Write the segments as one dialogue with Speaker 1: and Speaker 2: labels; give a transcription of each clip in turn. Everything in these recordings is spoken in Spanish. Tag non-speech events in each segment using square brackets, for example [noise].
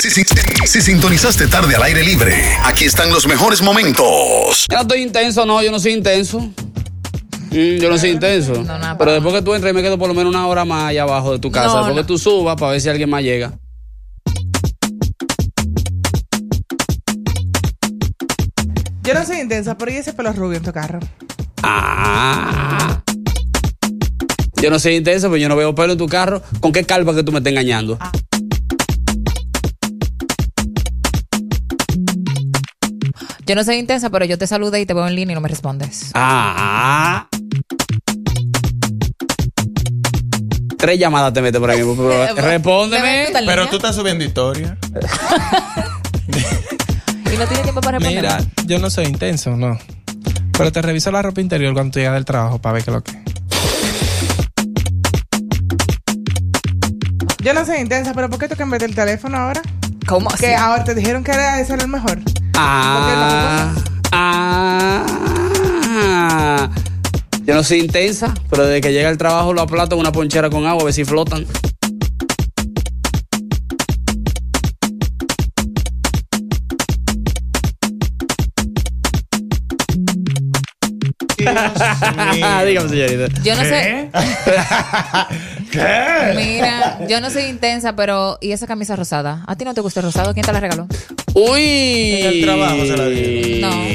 Speaker 1: Si, si, si, si sintonizaste tarde al aire libre, aquí están los mejores momentos.
Speaker 2: Yo no estoy intenso, no, yo no soy intenso. Mm, yo no soy intenso.
Speaker 3: No, nada,
Speaker 2: pero
Speaker 3: para
Speaker 2: después que tú entres, me quedo por lo menos una hora más allá abajo de tu casa.
Speaker 3: No,
Speaker 2: después
Speaker 3: no.
Speaker 2: que tú subas para ver si alguien más llega.
Speaker 3: Yo no soy intensa, pero ¿y ese pelo rubio en tu carro?
Speaker 2: Ah. Yo no soy intenso, pero yo no veo pelo en tu carro. ¿Con qué calva que tú me estás engañando?
Speaker 4: Yo no soy intensa, pero yo te saludé y te veo en línea y no me respondes.
Speaker 2: Ah. Tres llamadas te mete por ahí. mismo, pero
Speaker 4: Bebé,
Speaker 2: Respóndeme.
Speaker 4: tú estás en
Speaker 5: Pero
Speaker 4: línea
Speaker 5: tú estás subiendo historia.
Speaker 4: Y no tienes tiempo para responder.
Speaker 5: Mira, yo no soy intenso, no. Pero te reviso la ropa interior cuando tú llegas del trabajo para ver qué es lo que.
Speaker 3: Yo no soy intensa, pero ¿por qué tú cambiaste el teléfono ahora?
Speaker 4: ¿Cómo así?
Speaker 3: Que ahora te dijeron que era ese era el mejor.
Speaker 2: Ah, ah. Yo no soy intensa, pero desde que llega el trabajo lo aplato en una ponchera con agua a ver si flotan. [laughs] Dígame, señorita.
Speaker 4: Yo
Speaker 3: [laughs]
Speaker 4: no sé. Mira, yo no soy intensa, pero. ¿Y esa camisa rosada? ¿A ti no te gusta el rosado? ¿Quién te la regaló?
Speaker 2: Uy.
Speaker 5: En el trabajo se la
Speaker 2: di.
Speaker 5: dieron.
Speaker 4: No.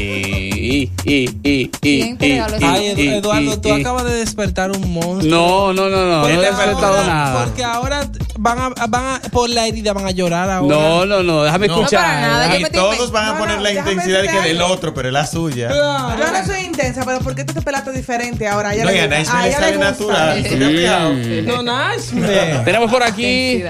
Speaker 2: Y, y, y, y,
Speaker 4: ¿Quién te regaló esa
Speaker 5: Ay,
Speaker 2: y,
Speaker 5: Edu- Eduardo, tú
Speaker 2: y.
Speaker 5: acabas de despertar un monstruo.
Speaker 2: No, no, no, no. No he
Speaker 5: Porque
Speaker 2: despertado
Speaker 5: ahora-
Speaker 2: nada.
Speaker 5: Porque ahora van a, van a, por la herida van a llorar ahora.
Speaker 2: No, no, no. Déjame
Speaker 5: No,
Speaker 2: escuchar.
Speaker 4: para nada, yo
Speaker 6: Y
Speaker 4: me tengo-
Speaker 6: todos van
Speaker 3: No,
Speaker 6: a poner
Speaker 3: no,
Speaker 6: la
Speaker 3: déjame
Speaker 6: intensidad que
Speaker 3: decirte
Speaker 6: del
Speaker 3: algo.
Speaker 6: otro, pero es la suya.
Speaker 5: Claro.
Speaker 3: Yo no soy intensa, pero ¿por qué tú te pelaste diferente ahora?
Speaker 6: No, y a Naismith
Speaker 3: a
Speaker 6: le
Speaker 3: ella
Speaker 6: sale
Speaker 3: gusta.
Speaker 6: natural. ¿Tú te has fijado?
Speaker 5: No, nice, man.
Speaker 2: Tenemos por aquí.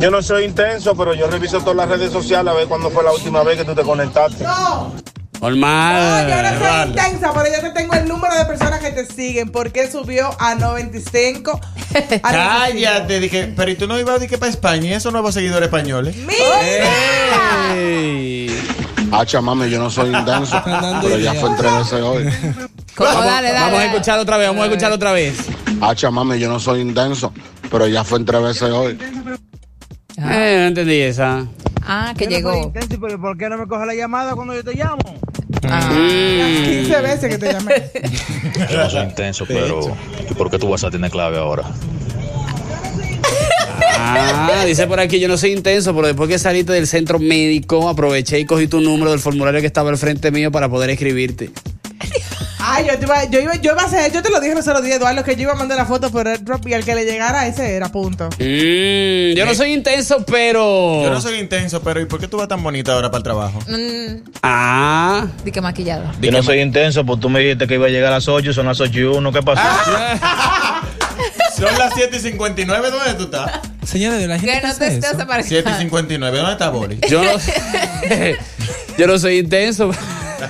Speaker 7: Yo no soy intenso, pero yo reviso todas las redes sociales a ver cuándo fue la última vez que tú te conectaste.
Speaker 3: No,
Speaker 2: Normal.
Speaker 3: no, yo no soy
Speaker 6: Ah, vale.
Speaker 3: intensa, pero yo te tengo el número de personas que te siguen. ¿Por qué subió a 95? A 95.
Speaker 6: Cállate, dije, pero ¿y tú no ibas para España? ¿Y esos nuevos seguidores españoles?
Speaker 3: ¡Mira!
Speaker 2: Ey.
Speaker 7: Hacha, mami, Ah, yo no soy
Speaker 6: [laughs]
Speaker 7: intenso,
Speaker 5: Fernando
Speaker 7: pero ya
Speaker 5: Idea.
Speaker 7: fue entre veces hoy.
Speaker 4: ¿Cómo?
Speaker 2: Vamos,
Speaker 4: dale, dale.
Speaker 2: vamos a
Speaker 4: dale.
Speaker 2: escuchar otra vez, vamos a escuchar otra vez.
Speaker 7: Hacha, mami, yo no soy intenso, pero ya fue entre veces hoy.
Speaker 2: Eh, no entendí esa.
Speaker 4: Ah, que llegó.
Speaker 8: pero ¿por qué no me coge la llamada cuando yo te llamo?
Speaker 4: Ah.
Speaker 2: Mm.
Speaker 3: 15 veces que te llamé.
Speaker 9: Yo no soy intenso, pero ¿y por qué tú vas a tener clave ahora?
Speaker 2: Ah, dice por aquí, yo no soy intenso, pero después que saliste del centro médico, aproveché y cogí tu número del formulario que estaba al frente mío para poder escribirte.
Speaker 3: Ay, yo, te iba, yo, iba, yo iba a hacer, yo te lo dije los otros días, Eduardo, que yo iba a mandar la foto por airdrop y al que le llegara ese era punto.
Speaker 2: Mm, yo no soy intenso, pero...
Speaker 9: Oh.
Speaker 6: Yo no soy intenso, pero ¿y por qué tú vas tan bonita ahora para el trabajo?
Speaker 4: Mm,
Speaker 2: Ah.
Speaker 4: di que maquillado.
Speaker 9: Yo no soy intenso, pues tú me dijiste que iba a llegar a las 8, son las 8 y 1, ¿qué pasó?
Speaker 6: [laughs] Son las 7 y 59, ¿dónde tú estás?
Speaker 5: Señores, la gente
Speaker 4: Que
Speaker 5: que
Speaker 4: no te
Speaker 5: hace
Speaker 4: estés
Speaker 5: eso.
Speaker 4: apareciendo.
Speaker 6: 7 y 59, ¿dónde está Boris?
Speaker 2: Yo no, [laughs] yo no soy intenso,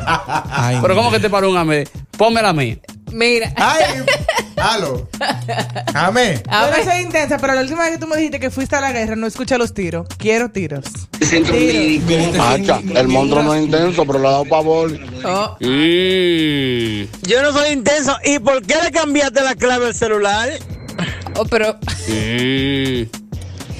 Speaker 5: Ay,
Speaker 2: pero ¿cómo que te paró un ame? Pónmela a mí.
Speaker 4: Mira.
Speaker 6: ¡Ay! ¡Halo! ¡Amé!
Speaker 4: A
Speaker 3: yo
Speaker 4: ver.
Speaker 3: no soy intensa, pero la última vez que tú me dijiste que fuiste a la guerra, no escuché los tiros. Quiero tiros.
Speaker 7: Hacha, el monstruo no es intenso, pero le ha dado pavor.
Speaker 4: Oh,
Speaker 2: Mm.
Speaker 8: Yo no soy intenso. ¿Y por qué le cambiaste la clave al celular?
Speaker 4: oh, pero.
Speaker 2: Mm.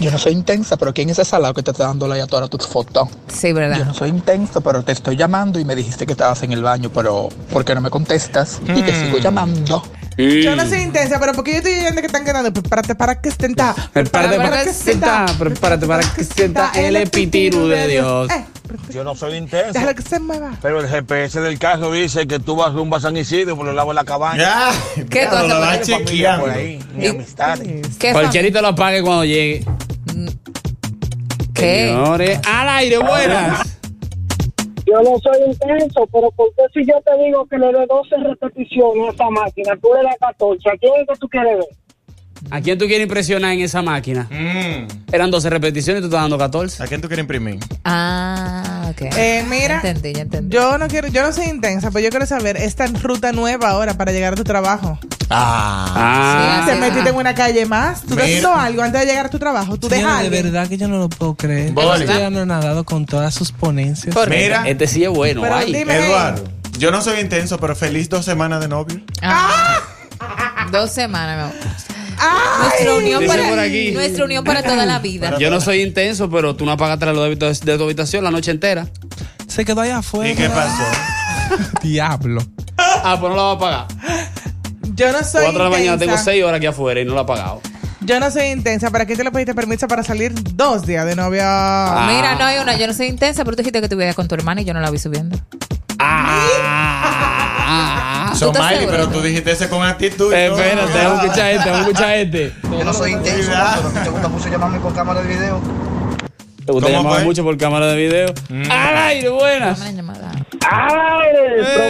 Speaker 10: Yo no soy intensa, pero ¿quién es ese salado que te está dando la a todas tus fotos?
Speaker 4: Sí, ¿verdad?
Speaker 10: Yo no soy intenso, pero te estoy llamando y me dijiste que estabas en el baño, pero ¿por qué no me contestas? Y te
Speaker 5: Hmm.
Speaker 10: sigo llamando.
Speaker 3: Yo no soy intensa, pero porque yo estoy oyendo que están ganando. Prepárate para que estén ta.
Speaker 2: Prepárate para que sienta, prepárate para que sienta el epitiru de Dios.
Speaker 7: Yo no soy intenso.
Speaker 3: Eh, Déjalo que se mueva.
Speaker 7: Pero el GPS del carro dice que tú vas rumbo a San Isidro por el lado de la cabaña.
Speaker 4: ¿Qué tú haces
Speaker 7: la
Speaker 4: por
Speaker 7: vas
Speaker 4: ahí?
Speaker 7: chequeando. Por ahí, ni
Speaker 4: Y-
Speaker 7: amistades.
Speaker 4: ¿Qué fam-
Speaker 2: Cualquierito lo apague cuando llegue.
Speaker 4: ¿Qué?
Speaker 2: Señores, al aire, buenas.
Speaker 11: Yo no soy intenso, pero ¿por qué si yo te digo que le dé 12 repeticiones a esa máquina, tú le das 14? ¿A quién es que tú quieres ver?
Speaker 2: ¿A quién tú quieres impresionar en esa máquina?
Speaker 6: Mm.
Speaker 2: Eran 12 repeticiones y tú estás dando 14.
Speaker 6: ¿A quién tú quieres imprimir?
Speaker 4: Ah, ok.
Speaker 3: Eh, mira.
Speaker 4: Ya entendí, ya entendí.
Speaker 3: Yo no quiero, yo no soy intensa, pero yo quiero saber esta ruta nueva ahora para llegar a tu trabajo.
Speaker 2: Ah.
Speaker 3: te metiste en una calle más. Tú te haces algo antes de llegar a tu trabajo. Tú dejas
Speaker 5: Señores, de
Speaker 3: algo.
Speaker 5: verdad que yo no lo puedo creer.
Speaker 6: Boli.
Speaker 5: Este ya no ha nadado con todas sus ponencias.
Speaker 6: ¿Por qué? Mira.
Speaker 2: Este sí es bueno.
Speaker 3: Pero
Speaker 2: ay.
Speaker 3: dime-
Speaker 6: Eduardo, yo no soy intenso, pero feliz dos semanas de novio.
Speaker 4: Ah. Dos semanas, mi amor. Nuestra unión,
Speaker 2: Dice
Speaker 4: para,
Speaker 2: por aquí.
Speaker 4: nuestra unión para toda la vida.
Speaker 2: Yo no soy intenso, pero tú no apagaste la luz de habita- de tu habitación la noche entera.
Speaker 5: Se quedó allá afuera.
Speaker 6: ¿Y qué pasó?
Speaker 5: Diablo.
Speaker 2: Ah, pues no la vas a apagar.
Speaker 3: Yo no soy
Speaker 2: Cuatro de la mañana, tengo
Speaker 3: intensa.
Speaker 2: seis horas aquí afuera y no la he apagado.
Speaker 3: Yo no soy intensa. ¿Para qué te le pediste permiso para salir dos días de novia?
Speaker 2: Ah,
Speaker 4: Mira, no hay una, yo no soy intensa, pero tú dijiste que tú vivías con tu hermana y yo no la vi subiendo.
Speaker 6: [laughs]
Speaker 2: Ah.
Speaker 6: So,
Speaker 4: ¿Tú estás
Speaker 6: Miley,
Speaker 4: seguro?
Speaker 6: pero tú dijiste eso con actitud.
Speaker 2: Eh,
Speaker 6: ¿no?
Speaker 2: Espérate, vamos a escuchar este, vamos a escuchar este.
Speaker 10: Yo no soy intenso, pero te gusta mucho llamarme con cámara de video.
Speaker 2: Te gusta
Speaker 6: ¿Cómo
Speaker 2: llamar
Speaker 6: fue?
Speaker 2: mucho por cámara de video. Al aire, buenas.
Speaker 4: Una llamada.
Speaker 11: ¡Ay,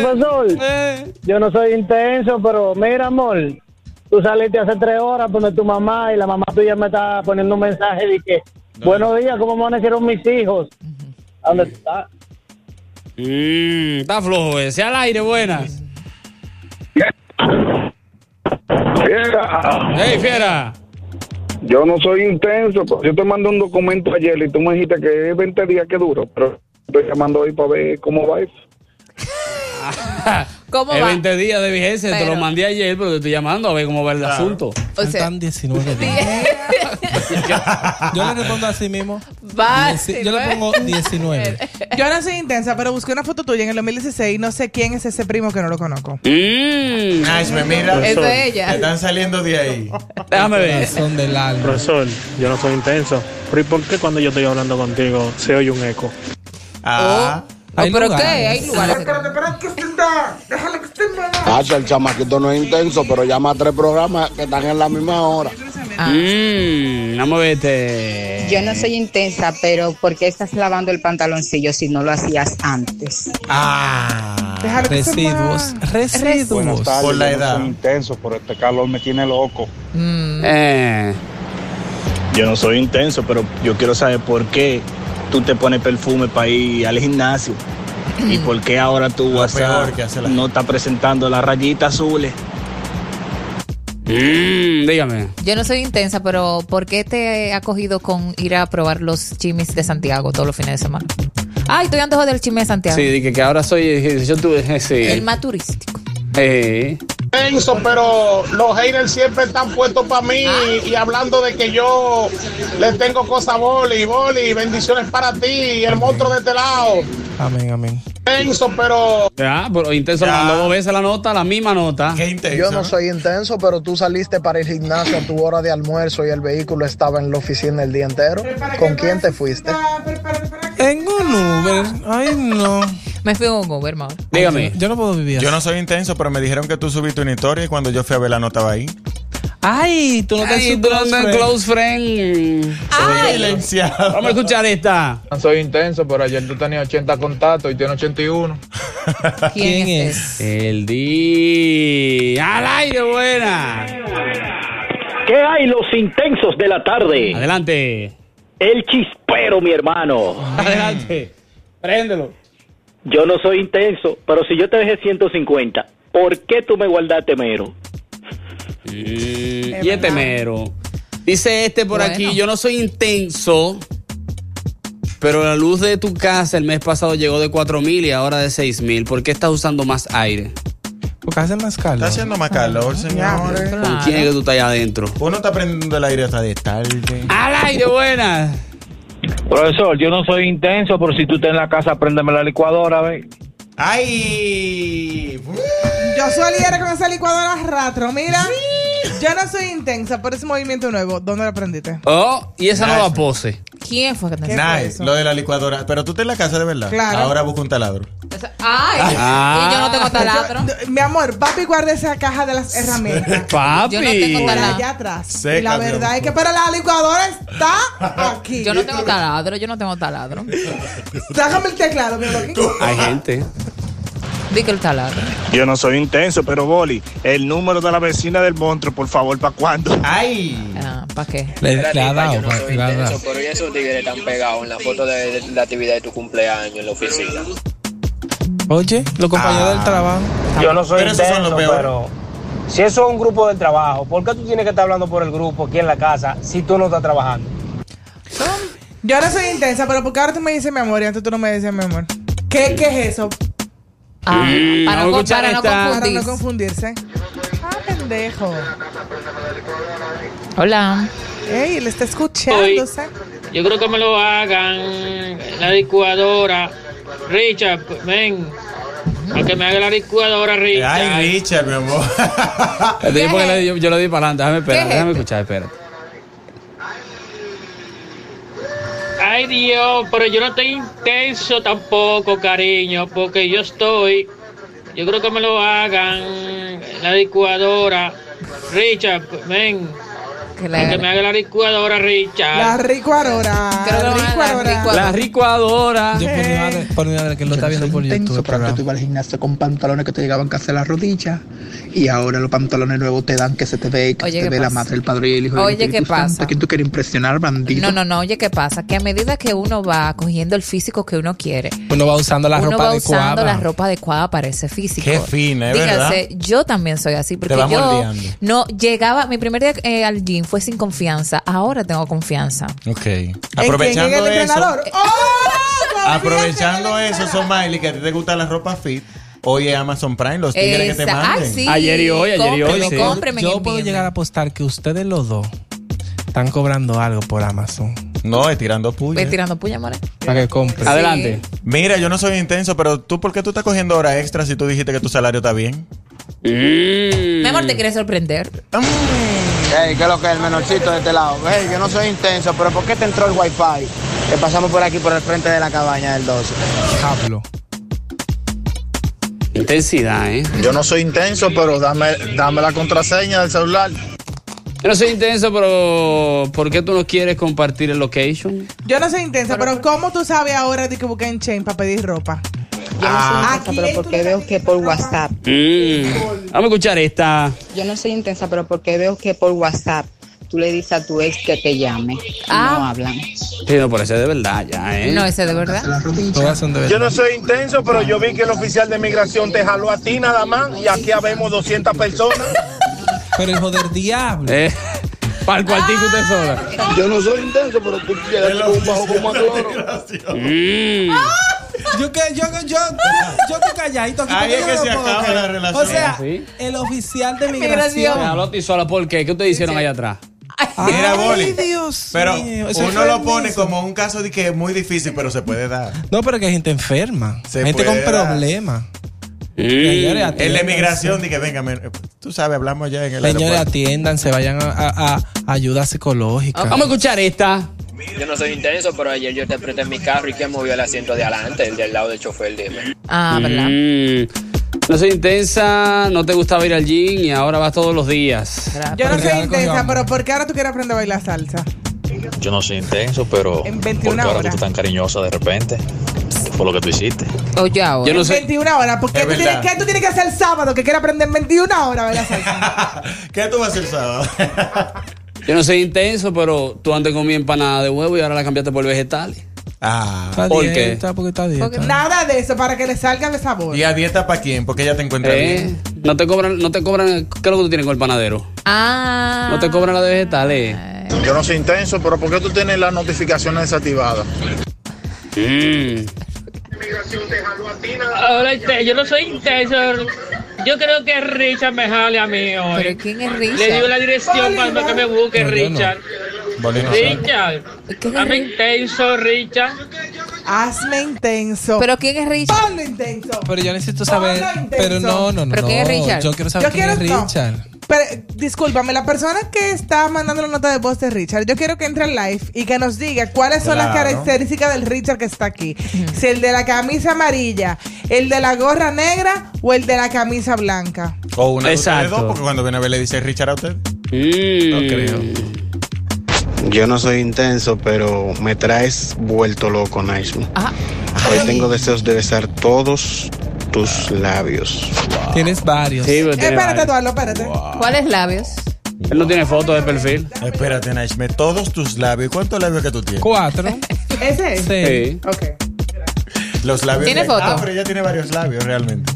Speaker 11: profesor!
Speaker 2: Eh.
Speaker 11: Yo no soy intenso, pero mira, amor. Tú saliste hace tres horas por tu mamá y la mamá tuya me está poniendo un mensaje de que buenos días, ¿cómo amanecieron mis hijos? ¿A ¿Dónde está?
Speaker 2: Mm, está flojo ese. Al aire, buenas.
Speaker 12: Mira,
Speaker 2: Hey, fiera.
Speaker 12: yo no soy intenso, pero yo te mandé un documento ayer y tú me dijiste que es 20 días que duro, pero estoy llamando hoy para ver cómo va eso.
Speaker 4: ¿Cómo
Speaker 2: Es
Speaker 4: va?
Speaker 2: 20 días de vigencia, te
Speaker 4: Pero-
Speaker 2: lo mandé ayer, pero te estoy llamando a ver cómo va el asunto.
Speaker 4: O sea,
Speaker 5: Faltan 19 días. Yo le respondo así mismo.
Speaker 4: va. Oh,
Speaker 5: Dieci- Yo le pongo 19.
Speaker 3: Yo no soy intensa, pero busqué una foto tuya en el 2016 y no sé quién es ese primo que no lo conozco.
Speaker 2: Mm,
Speaker 6: Nash, me mira.
Speaker 4: Eso es ella.
Speaker 6: Me están saliendo de ahí.
Speaker 2: déjame ver.
Speaker 5: Son del alma.
Speaker 13: Profesor, yo no soy intenso. Pero ¿y por qué cuando yo estoy hablando contigo se oye un eco?
Speaker 6: Ah.
Speaker 5: Hay
Speaker 4: Oh, ¿Pero
Speaker 5: lugares.
Speaker 4: qué? Hay lugares. que-
Speaker 14: Cacha, Ah, el chamaquito no es intenso, pero llama a tres programas que están en la misma hora.
Speaker 2: Mm, vamos a ver este.
Speaker 15: Yo no soy intensa, pero ¿por qué estás lavando el pantaloncillo si no lo hacías antes?
Speaker 6: Ah.
Speaker 3: Déjalo que se
Speaker 5: Residuos.
Speaker 3: mueva.
Speaker 5: Residuos.
Speaker 6: Por la edad.
Speaker 12: intenso, pero este calor me tiene loco.
Speaker 2: Eh,
Speaker 16: Yo no soy intenso, pero yo quiero saber por qué tú te pones perfume para ir al gimnasio y por qué ahora tu WhatsApp
Speaker 6: peor que hace la
Speaker 16: no está presentando las rayitas azules.
Speaker 2: mm, dígame.
Speaker 4: Yo no soy intensa, pero ¿por qué te ha cogido con ir a probar los chimis de Santiago todos los fines de semana? Ay, estoy antojo del chisme de Santiago.
Speaker 2: Sí, dije que ahora soy. eh, Yo tuve.
Speaker 4: El
Speaker 2: Sí.
Speaker 4: más turístico.
Speaker 2: Eh.
Speaker 17: Intenso, pero los haters siempre están puestos para mí y hablando de que yo les tengo cosas boli, boli, bendiciones para ti, el monstruo de este lado.
Speaker 5: Amén, amén.
Speaker 17: Intenso, pero
Speaker 2: Ya, pero intenso
Speaker 6: Ya.
Speaker 2: mandó dos veces la nota, la misma nota.
Speaker 6: Qué intenso.
Speaker 10: Yo no soy intenso, pero tú saliste para el gimnasio a tu hora de almuerzo y el vehículo estaba en la oficina el día entero. ¿Con quién te fuiste?
Speaker 5: En un Uber. Ay, no.
Speaker 4: Me fui a un Uber, mamá.
Speaker 2: Dígame.
Speaker 5: Ah, Yo no puedo vivir así.
Speaker 6: Yo no soy intenso, pero me dijeron que tú subiste una historia y cuando yo fui a ver la nota ahí.
Speaker 5: Ay, tú no te
Speaker 2: Ay,
Speaker 5: has
Speaker 2: tú andas en close friend.
Speaker 6: Silenciado.
Speaker 2: Vamos a escuchar esta.
Speaker 18: No soy intenso, pero ayer tú tenías 80 contactos y tienes 81.
Speaker 4: ¿Quién,
Speaker 5: ¿Quién
Speaker 4: es?
Speaker 5: es?
Speaker 2: El D. Al aire, buena.
Speaker 19: ¿Qué hay los intensos de la tarde?
Speaker 2: Adelante.
Speaker 19: El chispero, mi hermano.
Speaker 2: Adelante. Préndelo.
Speaker 19: Yo no soy intenso, pero si yo te dejé 150, ¿por qué tú me guardaste mero?
Speaker 2: Mm, y este mero. Dice este por
Speaker 4: Bueno.
Speaker 2: aquí, yo no soy intenso, pero la luz de tu casa el mes pasado llegó de 4 mil y ahora de 6 mil. ¿Por qué estás usando más aire?
Speaker 5: Porque hace más calor.
Speaker 6: Está haciendo más calor, señores.
Speaker 2: ¿Con quién es que tú estás allá adentro?
Speaker 6: Uno está prendiendo el aire hasta de tarde.
Speaker 2: ¡Al aire, buena!
Speaker 8: Profesor, yo no soy intenso, pero si tú estás en la casa, préndeme la licuadora, ve.
Speaker 6: ¡Ay!
Speaker 3: Yo solía con esa licuadora ratro, mira. Yo no soy intensa por ese movimiento nuevo. ¿Dónde lo aprendiste?
Speaker 2: Oh, y esa nueva pose.
Speaker 4: ¿Quién fue que te enseñó?
Speaker 6: Nice, lo de la licuadora. Pero tú estás en la casa de verdad.
Speaker 3: Claro.
Speaker 6: Ahora busca un taladro.
Speaker 4: Ay,
Speaker 2: Ah.
Speaker 4: y yo no tengo taladro.
Speaker 3: Yo- Mi amor, papi guarda esa caja de las herramientas.
Speaker 2: Papi.
Speaker 4: Yo no tengo
Speaker 3: Por
Speaker 4: taladro.
Speaker 3: allá atrás.
Speaker 6: Seca,
Speaker 3: y la verdad
Speaker 6: mi
Speaker 3: es que para la licuadora está aquí.
Speaker 4: Yo no tengo taladro, yo no tengo taladro.
Speaker 3: Sácame el teclado, mi amor.
Speaker 2: Hay gente.
Speaker 4: Di que el taladro.
Speaker 16: Yo no soy intenso, pero Boli, el número de la vecina del monstruo, por favor, ¿para
Speaker 10: [laughs]
Speaker 16: cuándo?
Speaker 6: ¡Ay!
Speaker 4: Ah, ¿Para qué?
Speaker 5: Le, le ha dado,
Speaker 20: yo no
Speaker 5: pues,
Speaker 20: soy
Speaker 5: le ha
Speaker 20: intenso,
Speaker 5: dado.
Speaker 20: pero ya esos tigres están pegados en la foto de, de la actividad de tu cumpleaños en la oficina.
Speaker 5: Oye, los compañeros
Speaker 8: Ah.
Speaker 5: del trabajo.
Speaker 8: Yo no soy
Speaker 6: Pero esos son los
Speaker 8: intenso,
Speaker 6: peores.
Speaker 8: pero si eso es un grupo del trabajo, ¿por qué tú tienes que estar hablando por el grupo aquí en la casa si tú no estás trabajando?
Speaker 3: Yo no soy intensa, pero porque ahora tú me dices mi amor y antes tú no me decías mi amor. ¿Qué, qué es eso?
Speaker 4: Ah,
Speaker 2: Mm, vamos a
Speaker 4: para, no, con-
Speaker 2: escuchar
Speaker 4: para no
Speaker 2: esta.
Speaker 3: Para no
Speaker 4: confundirse.
Speaker 3: confundirse. Ah, pendejo.
Speaker 4: Hola.
Speaker 3: Ey, le está escuchando,
Speaker 21: Soy-
Speaker 3: ¿sabes?
Speaker 21: Yo creo que me lo hagan en la licuadora. Richard, pues, ven. A que me haga la licuadora, Richard.
Speaker 6: ¡Ay, Richard, mi amor!
Speaker 2: Te digo porque
Speaker 4: es
Speaker 2: le- yo, yo lo di para adelante. Déjame esperar,
Speaker 4: ¿Qué es
Speaker 2: déjame
Speaker 4: este?
Speaker 2: escuchar, espérate.
Speaker 21: Ay, Dios, pero yo no estoy intenso tampoco, cariño, porque yo estoy. Yo creo que me lo hagan en la licuadora. Richard, pues, ven.
Speaker 4: Que
Speaker 21: A que me
Speaker 4: la,
Speaker 21: haga la licuadora, Richard.
Speaker 3: La ricuadora.
Speaker 4: Creo que
Speaker 3: La
Speaker 4: van a dar
Speaker 2: La
Speaker 3: ricuadora.
Speaker 4: ricuadora.
Speaker 2: licuadora.
Speaker 5: Yo por mi madre, por mi madre que lo está viendo por YouTube. el
Speaker 8: porque
Speaker 5: este programa.
Speaker 8: ibas al gimnasio con pantalones que te llegaban casi a las rodillas y ahora los pantalones nuevos te dan que se te ve,
Speaker 4: Oye, ¿qué pasa?
Speaker 8: el padre y el del
Speaker 4: Oye,
Speaker 8: Espíritu
Speaker 4: ¿qué
Speaker 8: Santo.
Speaker 4: pasa?
Speaker 8: ¿A quién tú quieres impresionar, bandido?
Speaker 4: no, no, no. Oye, ¿qué pasa? Que a medida que uno va cogiendo el físico que uno quiere,
Speaker 5: Uno va usando la
Speaker 4: uno
Speaker 5: ropa
Speaker 4: va
Speaker 5: adecuada.
Speaker 4: usando la ropa adecuada para ese físico.
Speaker 6: Qué fina, es
Speaker 4: Dígase, yo también soy así, porque
Speaker 6: va
Speaker 4: yo
Speaker 6: moldeando.
Speaker 4: no llegaba, mi primer día eh, al gym fue sin confianza, ahora tengo confianza.
Speaker 6: [laughs] Ok.
Speaker 3: ¿En quién? ¿En
Speaker 6: Aprovechando
Speaker 3: el
Speaker 6: eso,
Speaker 3: entrenador? ¡Oh!
Speaker 6: aprovechando eso, Somaili, que a ti te gusta la ropa fit, hoy es Amazon Prime, los tigres que te
Speaker 4: Esa- ay,
Speaker 6: manden.
Speaker 4: sí,
Speaker 2: Ayer y hoy, ayer y hoy,
Speaker 4: cómpreme,
Speaker 2: sí.
Speaker 4: cómpreme en
Speaker 5: Yo
Speaker 4: el
Speaker 5: puedo
Speaker 4: mío.
Speaker 5: llegar a apostar que ustedes los dos están cobrando algo por Amazon.
Speaker 6: No, es tirando puya.
Speaker 4: Ve tirando puya, more.
Speaker 5: Para que compre.
Speaker 2: Adelante.
Speaker 6: Mira, yo no soy intenso, pero tú, ¿por qué tú estás cogiendo hora extra si tú dijiste que tu salario está bien?
Speaker 4: Mi amor, te quiere sorprender.
Speaker 10: Hey, ¿qué es lo que es el menorcito de este lado? Hey, yo no soy intenso, pero ¿por qué te entró el wifi? Que pasamos por aquí, por el frente de la cabaña del 12.
Speaker 5: Pablo.
Speaker 2: Intensidad, ¿eh?
Speaker 14: Yo no soy intenso, pero dame, dame la contraseña del celular.
Speaker 2: Yo no soy intenso, pero ¿por qué tú no quieres compartir el location?
Speaker 3: Yo no soy intensa, pero, ¿cómo tú sabes ahora de que busqué en Chain para pedir ropa?
Speaker 15: Yo no soy intensa,
Speaker 3: Aquí
Speaker 15: pero
Speaker 3: hay
Speaker 15: porque
Speaker 3: tu
Speaker 15: veo que por WhatsApp.
Speaker 2: Mm. Vamos a escuchar esta.
Speaker 15: Yo no soy intensa, pero porque veo que por WhatsApp tú le dices a tu ex que te llame. y
Speaker 4: Ah.
Speaker 15: No hablan.
Speaker 2: Sí, no, por eso es de verdad ya, ¿eh?
Speaker 4: No, ese de verdad.
Speaker 5: Todas son de verdad.
Speaker 7: Yo no soy intenso, pero yo vi que el oficial de migración te jaló a ti nada más y aquí habemos 200 personas.
Speaker 5: Pero hijo del diablo.
Speaker 2: Eh, para el cuartico usted sola.
Speaker 14: Yo no soy intenso, pero tú llegaste
Speaker 6: [laughs]
Speaker 14: con un bajo como a cloro.
Speaker 2: Mm.
Speaker 5: Yo que yo yo yo que calladito aquí.
Speaker 6: Ahí
Speaker 5: porque
Speaker 6: es que
Speaker 5: yo no
Speaker 6: se
Speaker 5: lo puedo
Speaker 6: acaba
Speaker 5: creer.
Speaker 6: la relación.
Speaker 5: O sea,
Speaker 2: Ah, Sí.
Speaker 5: el oficial de
Speaker 2: Me
Speaker 5: migración.
Speaker 2: jaló a ti sola, ¿por qué? ¿Qué ustedes hicieron allá atrás?
Speaker 6: Mira,
Speaker 5: Ay,
Speaker 6: Boli.
Speaker 5: Dios
Speaker 6: Pero
Speaker 5: mío, eso
Speaker 6: uno
Speaker 5: fue
Speaker 6: lo
Speaker 5: el
Speaker 6: pone
Speaker 5: mismo.
Speaker 6: como un caso de que es muy difícil, pero se puede dar.
Speaker 5: No, pero que hay gente enferma.
Speaker 6: Se
Speaker 5: gente con
Speaker 6: puede dar.
Speaker 5: problemas.
Speaker 2: Mm.
Speaker 5: Señores,
Speaker 6: En la
Speaker 5: atiéndanse.
Speaker 6: emigración, de que venga, men- tú sabes, hablamos ya en el
Speaker 2: pues.
Speaker 5: Señores,
Speaker 6: aeropuerto.
Speaker 5: atiéndanse, vayan a, a- a ayuda psicológica.
Speaker 2: Ah, Vamos a escuchar esta.
Speaker 20: Yo no soy intenso, pero ayer yo te apreté en mi carro y que movió el asiento de adelante, el del lado del chofer, dime.
Speaker 4: Ah, ¿verdad?
Speaker 2: Mm. No soy intensa, no te gustaba ir al gym y ahora vas todos los días.
Speaker 6: Ah,
Speaker 3: Yo no
Speaker 5: Porque
Speaker 3: soy
Speaker 5: ahora cogió
Speaker 3: intensa,
Speaker 5: hambre.
Speaker 3: pero ¿por qué ahora tú quieres aprender a bailar salsa?
Speaker 9: Yo no soy intenso, pero
Speaker 3: En
Speaker 9: ¿por
Speaker 3: 21
Speaker 9: qué ahora tú
Speaker 3: horas.
Speaker 9: estás tan cariñosa de repente? Por lo que tú hiciste.
Speaker 4: Oye, ahora.
Speaker 2: Yo no
Speaker 3: en
Speaker 2: soy.
Speaker 3: 21 horas, ¿por qué
Speaker 6: Es
Speaker 3: tú, tienes,
Speaker 6: verdad.
Speaker 3: qué tú tienes que hacer el sábado que quieres aprender en 21 horas a bailar
Speaker 6: [laughs]
Speaker 3: salsa?
Speaker 6: ¿Qué tú vas a hacer el sábado?
Speaker 2: Yo no soy intenso, pero tú antes comí empanada de huevo y ahora la cambiaste por vegetales.
Speaker 6: ah.
Speaker 5: Está
Speaker 2: ¿Por qué?
Speaker 5: dieta, porque está dieta.
Speaker 4: Porque-
Speaker 3: Nada de eso para que le salga de sabor.
Speaker 6: ¿Y a dieta para quién? Porque ella te encuentra
Speaker 2: ¿Eh?
Speaker 6: bien.
Speaker 2: No te cobran, no te cobran, ¿qué es lo que tú tienes con el panadero?
Speaker 4: Ah.
Speaker 2: No te cobran la de vegetales.
Speaker 14: Yo no soy intenso, pero ¿por qué tú tienes las notificaciones desactivadas?
Speaker 2: Mm.
Speaker 21: Ahora, este, yo no soy intenso, Yo creo que Richard me jale a mí hoy.
Speaker 4: ¿Pero quién es Richard?
Speaker 21: eh, Le dio la dirección para que me busque, Richard. Richard. Hazme intenso, Richard.
Speaker 3: Hazme intenso.
Speaker 4: ¿Pero quién es Richard?
Speaker 3: Ponlo intenso.
Speaker 5: Pero yo necesito saber. Pero no, no, no.
Speaker 3: ¿Pero quién es Richard?
Speaker 5: Yo quiero saber
Speaker 3: Yo
Speaker 5: quién
Speaker 3: quiero- no.
Speaker 5: es Richard.
Speaker 3: Pero, discúlpame, la persona que está mandando la nota de voz de Richard, yo quiero que entre en live y que nos diga cuáles son las
Speaker 5: Claro.
Speaker 3: características del Richard que está aquí. Si el de la camisa amarilla, el de la gorra negra o el de la camisa blanca.
Speaker 6: O una de ustedes
Speaker 10: Exacto.
Speaker 6: dos, porque cuando viene a ver le dice Richard a usted. No creo.
Speaker 10: Yo no soy intenso, pero me traes vuelto loco, Naismo. Hoy tengo deseos de besar todos tus labios.
Speaker 5: Tienes varios.
Speaker 2: Sí, pero tiene
Speaker 3: Espérate,
Speaker 2: varios.
Speaker 3: Eduardo, espérate.
Speaker 4: ¿Cuáles labios?
Speaker 2: Él no tiene fotos de perfil.
Speaker 6: Espérate, Naishme, todos tus labios. ¿Cuántos labios que tú tienes?
Speaker 5: Cuatro.
Speaker 3: ¿Ese es?
Speaker 6: Sí.
Speaker 3: Ok.
Speaker 6: Los labios.
Speaker 3: ¿Tiene
Speaker 6: de-
Speaker 3: foto?
Speaker 6: Ah, pero ella tiene varios labios realmente.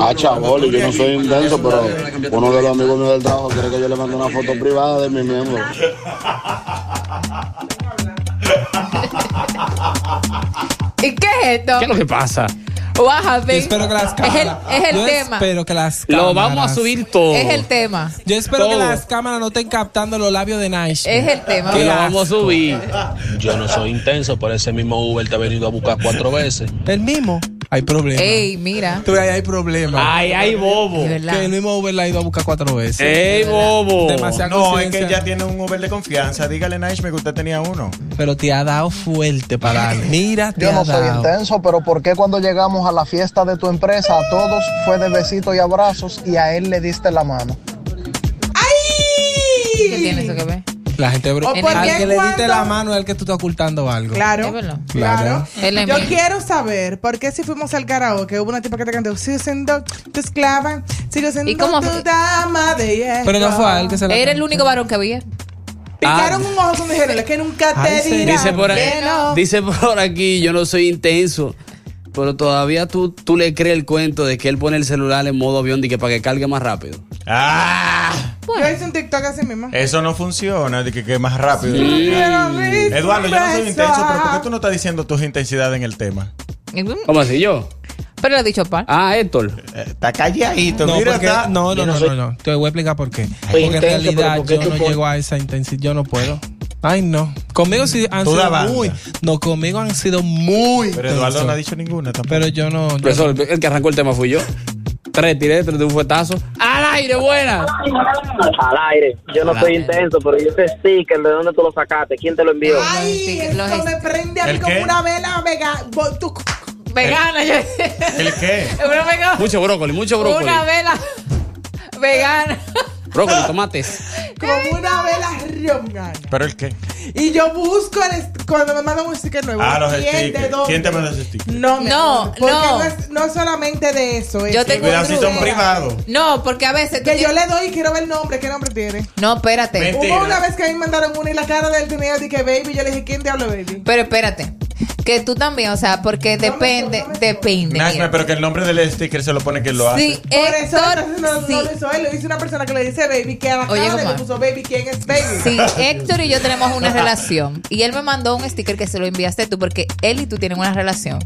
Speaker 14: Ah, chavoli, yo no soy intenso, pero uno de los amigos míos del trabajo quiere que yo le mande una foto privada de mi miembro.
Speaker 4: ¿Y qué es esto?
Speaker 2: ¿Qué es lo que pasa?
Speaker 4: Guaja, ven.
Speaker 5: espero que las
Speaker 4: Es el,
Speaker 5: cámaras-
Speaker 4: es el
Speaker 5: yo
Speaker 4: tema.
Speaker 5: espero que las
Speaker 2: Lo vamos
Speaker 5: cámaras-
Speaker 2: a subir todo.
Speaker 4: Es el tema.
Speaker 5: Yo espero que
Speaker 2: Todo.
Speaker 5: las cámaras no estén captando los labios de Nash.
Speaker 4: Es el tema.
Speaker 5: Qué
Speaker 4: ¿verdad?
Speaker 2: Vamos a subir.
Speaker 9: Yo no soy intenso, pero ese mismo Uber te ha venido a buscar cuatro veces.
Speaker 5: El mismo. Hay problemas.
Speaker 4: Ey, mira.
Speaker 5: Tú ahí hay problemas.
Speaker 2: Ay, Eh, ay, bobo.
Speaker 4: De verdad.
Speaker 5: Que el mismo Uber la ha ido a buscar cuatro veces.
Speaker 2: Ey, bobo.
Speaker 5: Demasiado
Speaker 6: No, es que ella tiene un Uber de confianza. Dígale, Naishme, que usted tenía uno.
Speaker 5: Pero te ha dado fuerte para darle. Mira, te
Speaker 10: Yo
Speaker 5: ha
Speaker 10: no soy
Speaker 5: dado.
Speaker 10: intenso, pero ¿por qué cuando llegamos a la fiesta de tu empresa a todos fue de besitos y abrazos y a él le diste la mano?
Speaker 4: ¿Qué tiene eso que ver?
Speaker 5: La gente bro-
Speaker 3: ¿O por
Speaker 5: Al
Speaker 3: qué
Speaker 5: que le diste
Speaker 3: cuando-
Speaker 5: la mano es el que tú estás ocultando algo.
Speaker 3: Claro.
Speaker 4: Es verdad.
Speaker 5: Claro.
Speaker 4: Él es
Speaker 3: Yo
Speaker 4: mío.
Speaker 3: quiero saber por qué si fuimos al karaoke hubo una tipa que te cantó Sigo siendo tu esclava, sigo siendo
Speaker 4: ¿Y cómo
Speaker 3: tu
Speaker 4: fue?
Speaker 3: dama de hierro".
Speaker 5: Pero no fue a él que se la
Speaker 4: Era el único varón que había.
Speaker 3: Picaron un ojo cuando dijeron, es que nunca
Speaker 5: Ay,
Speaker 3: te
Speaker 5: sí.
Speaker 3: dirán
Speaker 2: Dice por,
Speaker 3: que no.
Speaker 2: aquí, dice por aquí, yo no soy intenso. Pero todavía tú, tú le crees el cuento de que él pone el celular en modo avión y que para que cargue más rápido.
Speaker 6: ¡Ah!
Speaker 3: Yo hice un TikTok así mismo.
Speaker 6: Eso no funciona. De que, que más rápido. Eduardo,
Speaker 3: Eduardo,
Speaker 6: yo no soy intenso, pero ¿por qué tú no estás diciendo tus intensidades en el tema?
Speaker 2: ¿Cómo así yo?
Speaker 4: Pero lo he dicho par.
Speaker 2: Ah, Héctor.
Speaker 6: Eh, Está calladito.
Speaker 5: No,
Speaker 6: mira,
Speaker 5: porque-
Speaker 6: está-
Speaker 5: no, no,
Speaker 6: Yo
Speaker 5: no,
Speaker 6: soy-
Speaker 5: no, no. Te voy a explicar por qué. Porque en
Speaker 8: intenso, pero
Speaker 5: realidad
Speaker 8: ¿por qué
Speaker 5: yo
Speaker 8: tú
Speaker 5: no
Speaker 8: pones-
Speaker 5: llego a esa intensidad. Yo no puedo. Ay, no. Conmigo sí han
Speaker 6: Toda
Speaker 5: sido
Speaker 6: banda.
Speaker 5: muy. No, conmigo han sido muy.
Speaker 6: Pero Eduardo
Speaker 5: intensos.
Speaker 6: no ha dicho ninguna tampoco.
Speaker 5: Pero yo no. yo
Speaker 2: Profesor, el que arrancó el tema fui yo. Tres tiré, tres de un fuetazo. ¡Al aire, buena!
Speaker 22: Al aire. Yo no soy intenso, pero yo sé sticker. ¿De dónde tú lo sacaste? ¿Quién te lo envió?
Speaker 3: Ay,
Speaker 4: Los
Speaker 3: esto me prende a mí
Speaker 6: ¿El
Speaker 3: como
Speaker 6: qué?
Speaker 3: una vela vega. bo- tú-
Speaker 4: Vegana, yo. [laughs]
Speaker 6: ¿El qué?
Speaker 4: Una vegana.
Speaker 2: Mucho brócoli, mucho brócoli.
Speaker 4: Una vela vegana.
Speaker 2: Brócoli, tomates.
Speaker 3: Como una vela riongana.
Speaker 6: ¿Pero el qué?
Speaker 3: Y yo busco el est- cuando me mandan un sticker nuevo.
Speaker 6: Ah, los
Speaker 3: ¿quién, de
Speaker 6: stickers.
Speaker 3: dónde?
Speaker 6: ¿Quién te manda ese sticker?
Speaker 3: No, mi
Speaker 4: No,
Speaker 3: amor, porque
Speaker 4: no.
Speaker 3: no. es, no es solamente de eso. es
Speaker 4: Yo tengo
Speaker 6: Cuidado
Speaker 4: un
Speaker 6: si son
Speaker 4: truco.
Speaker 6: privados.
Speaker 4: No, porque a veces. tú
Speaker 3: Que yo
Speaker 4: tienes-
Speaker 3: le doy y quiero ver el nombre. ¿Qué nombre tiene?
Speaker 4: No, espérate.
Speaker 6: Mentira.
Speaker 3: Hubo una vez que a mí me mandaron una y la cara del tenía de que baby. Yo le dije, ¿quién te habla, baby?
Speaker 4: Pero espérate. Que tú también, o sea, porque depende, depende.
Speaker 6: Naishme,
Speaker 4: mira.
Speaker 6: pero que el nombre del sticker se lo pone quien lo hace.
Speaker 4: Sí,
Speaker 3: Por eso
Speaker 4: Héctor,
Speaker 3: entonces, no,
Speaker 4: sí.
Speaker 3: no lo hizo él, lo hizo una persona que le dice baby, que a la
Speaker 4: Oye,
Speaker 3: cara le
Speaker 4: Omar.
Speaker 3: puso baby, ¿quién es baby?
Speaker 4: Sí, Héctor y yo tenemos una relación. Y él me mandó un sticker que se lo enviaste tú porque él y tú tienen una relación.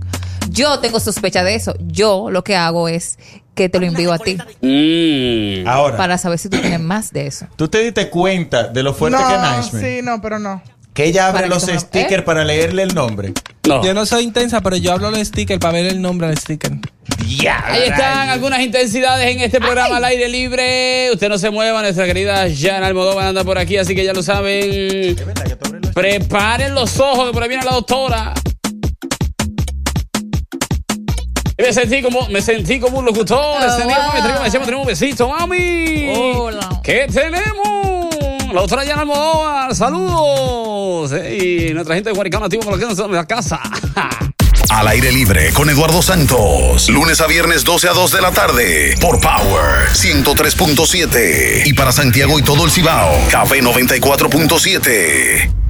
Speaker 4: Yo tengo sospecha de eso. Yo lo que hago es que te lo envío a ti
Speaker 2: Mmm.
Speaker 6: Ahora,
Speaker 4: para saber si tú tienes más de eso.
Speaker 6: ¿tú te diste cuenta de lo fuerte
Speaker 3: no,
Speaker 6: que es Naishme?
Speaker 3: Sí, no, pero no.
Speaker 6: Que ella
Speaker 4: Para
Speaker 6: abre
Speaker 4: que
Speaker 6: los
Speaker 4: tú me-
Speaker 6: stickers
Speaker 4: ¿Eh?
Speaker 6: para leerle el nombre.
Speaker 2: No.
Speaker 5: Yo no soy intensa, pero yo hablo los sticker para ver el nombre del sticker.
Speaker 2: Ahí están algunas intensidades en este programa al aire libre. Usted no se mueva, nuestra querida Jan Almodóvar anda por aquí, así que ya lo saben. Preparen los ojos, que por ahí viene la doctora. Y Me sentí como, me sentí como un locutor.
Speaker 4: Oh,
Speaker 2: Este día, mami,
Speaker 4: wow.
Speaker 2: tenemos- me llama, tenemos un besito, mami.
Speaker 4: Hola.
Speaker 2: ¿Qué tenemos? La doctora Jan Almodóvar, saludos. Eh, Y nuestra gente de Huaricán Nativo por aquí en la casa. [laughs]
Speaker 1: Al aire libre con Eduardo Santos. Lunes a viernes 12 a 2 de la tarde por Power 103.7 y para Santiago y todo el Cibao, KB 94.7.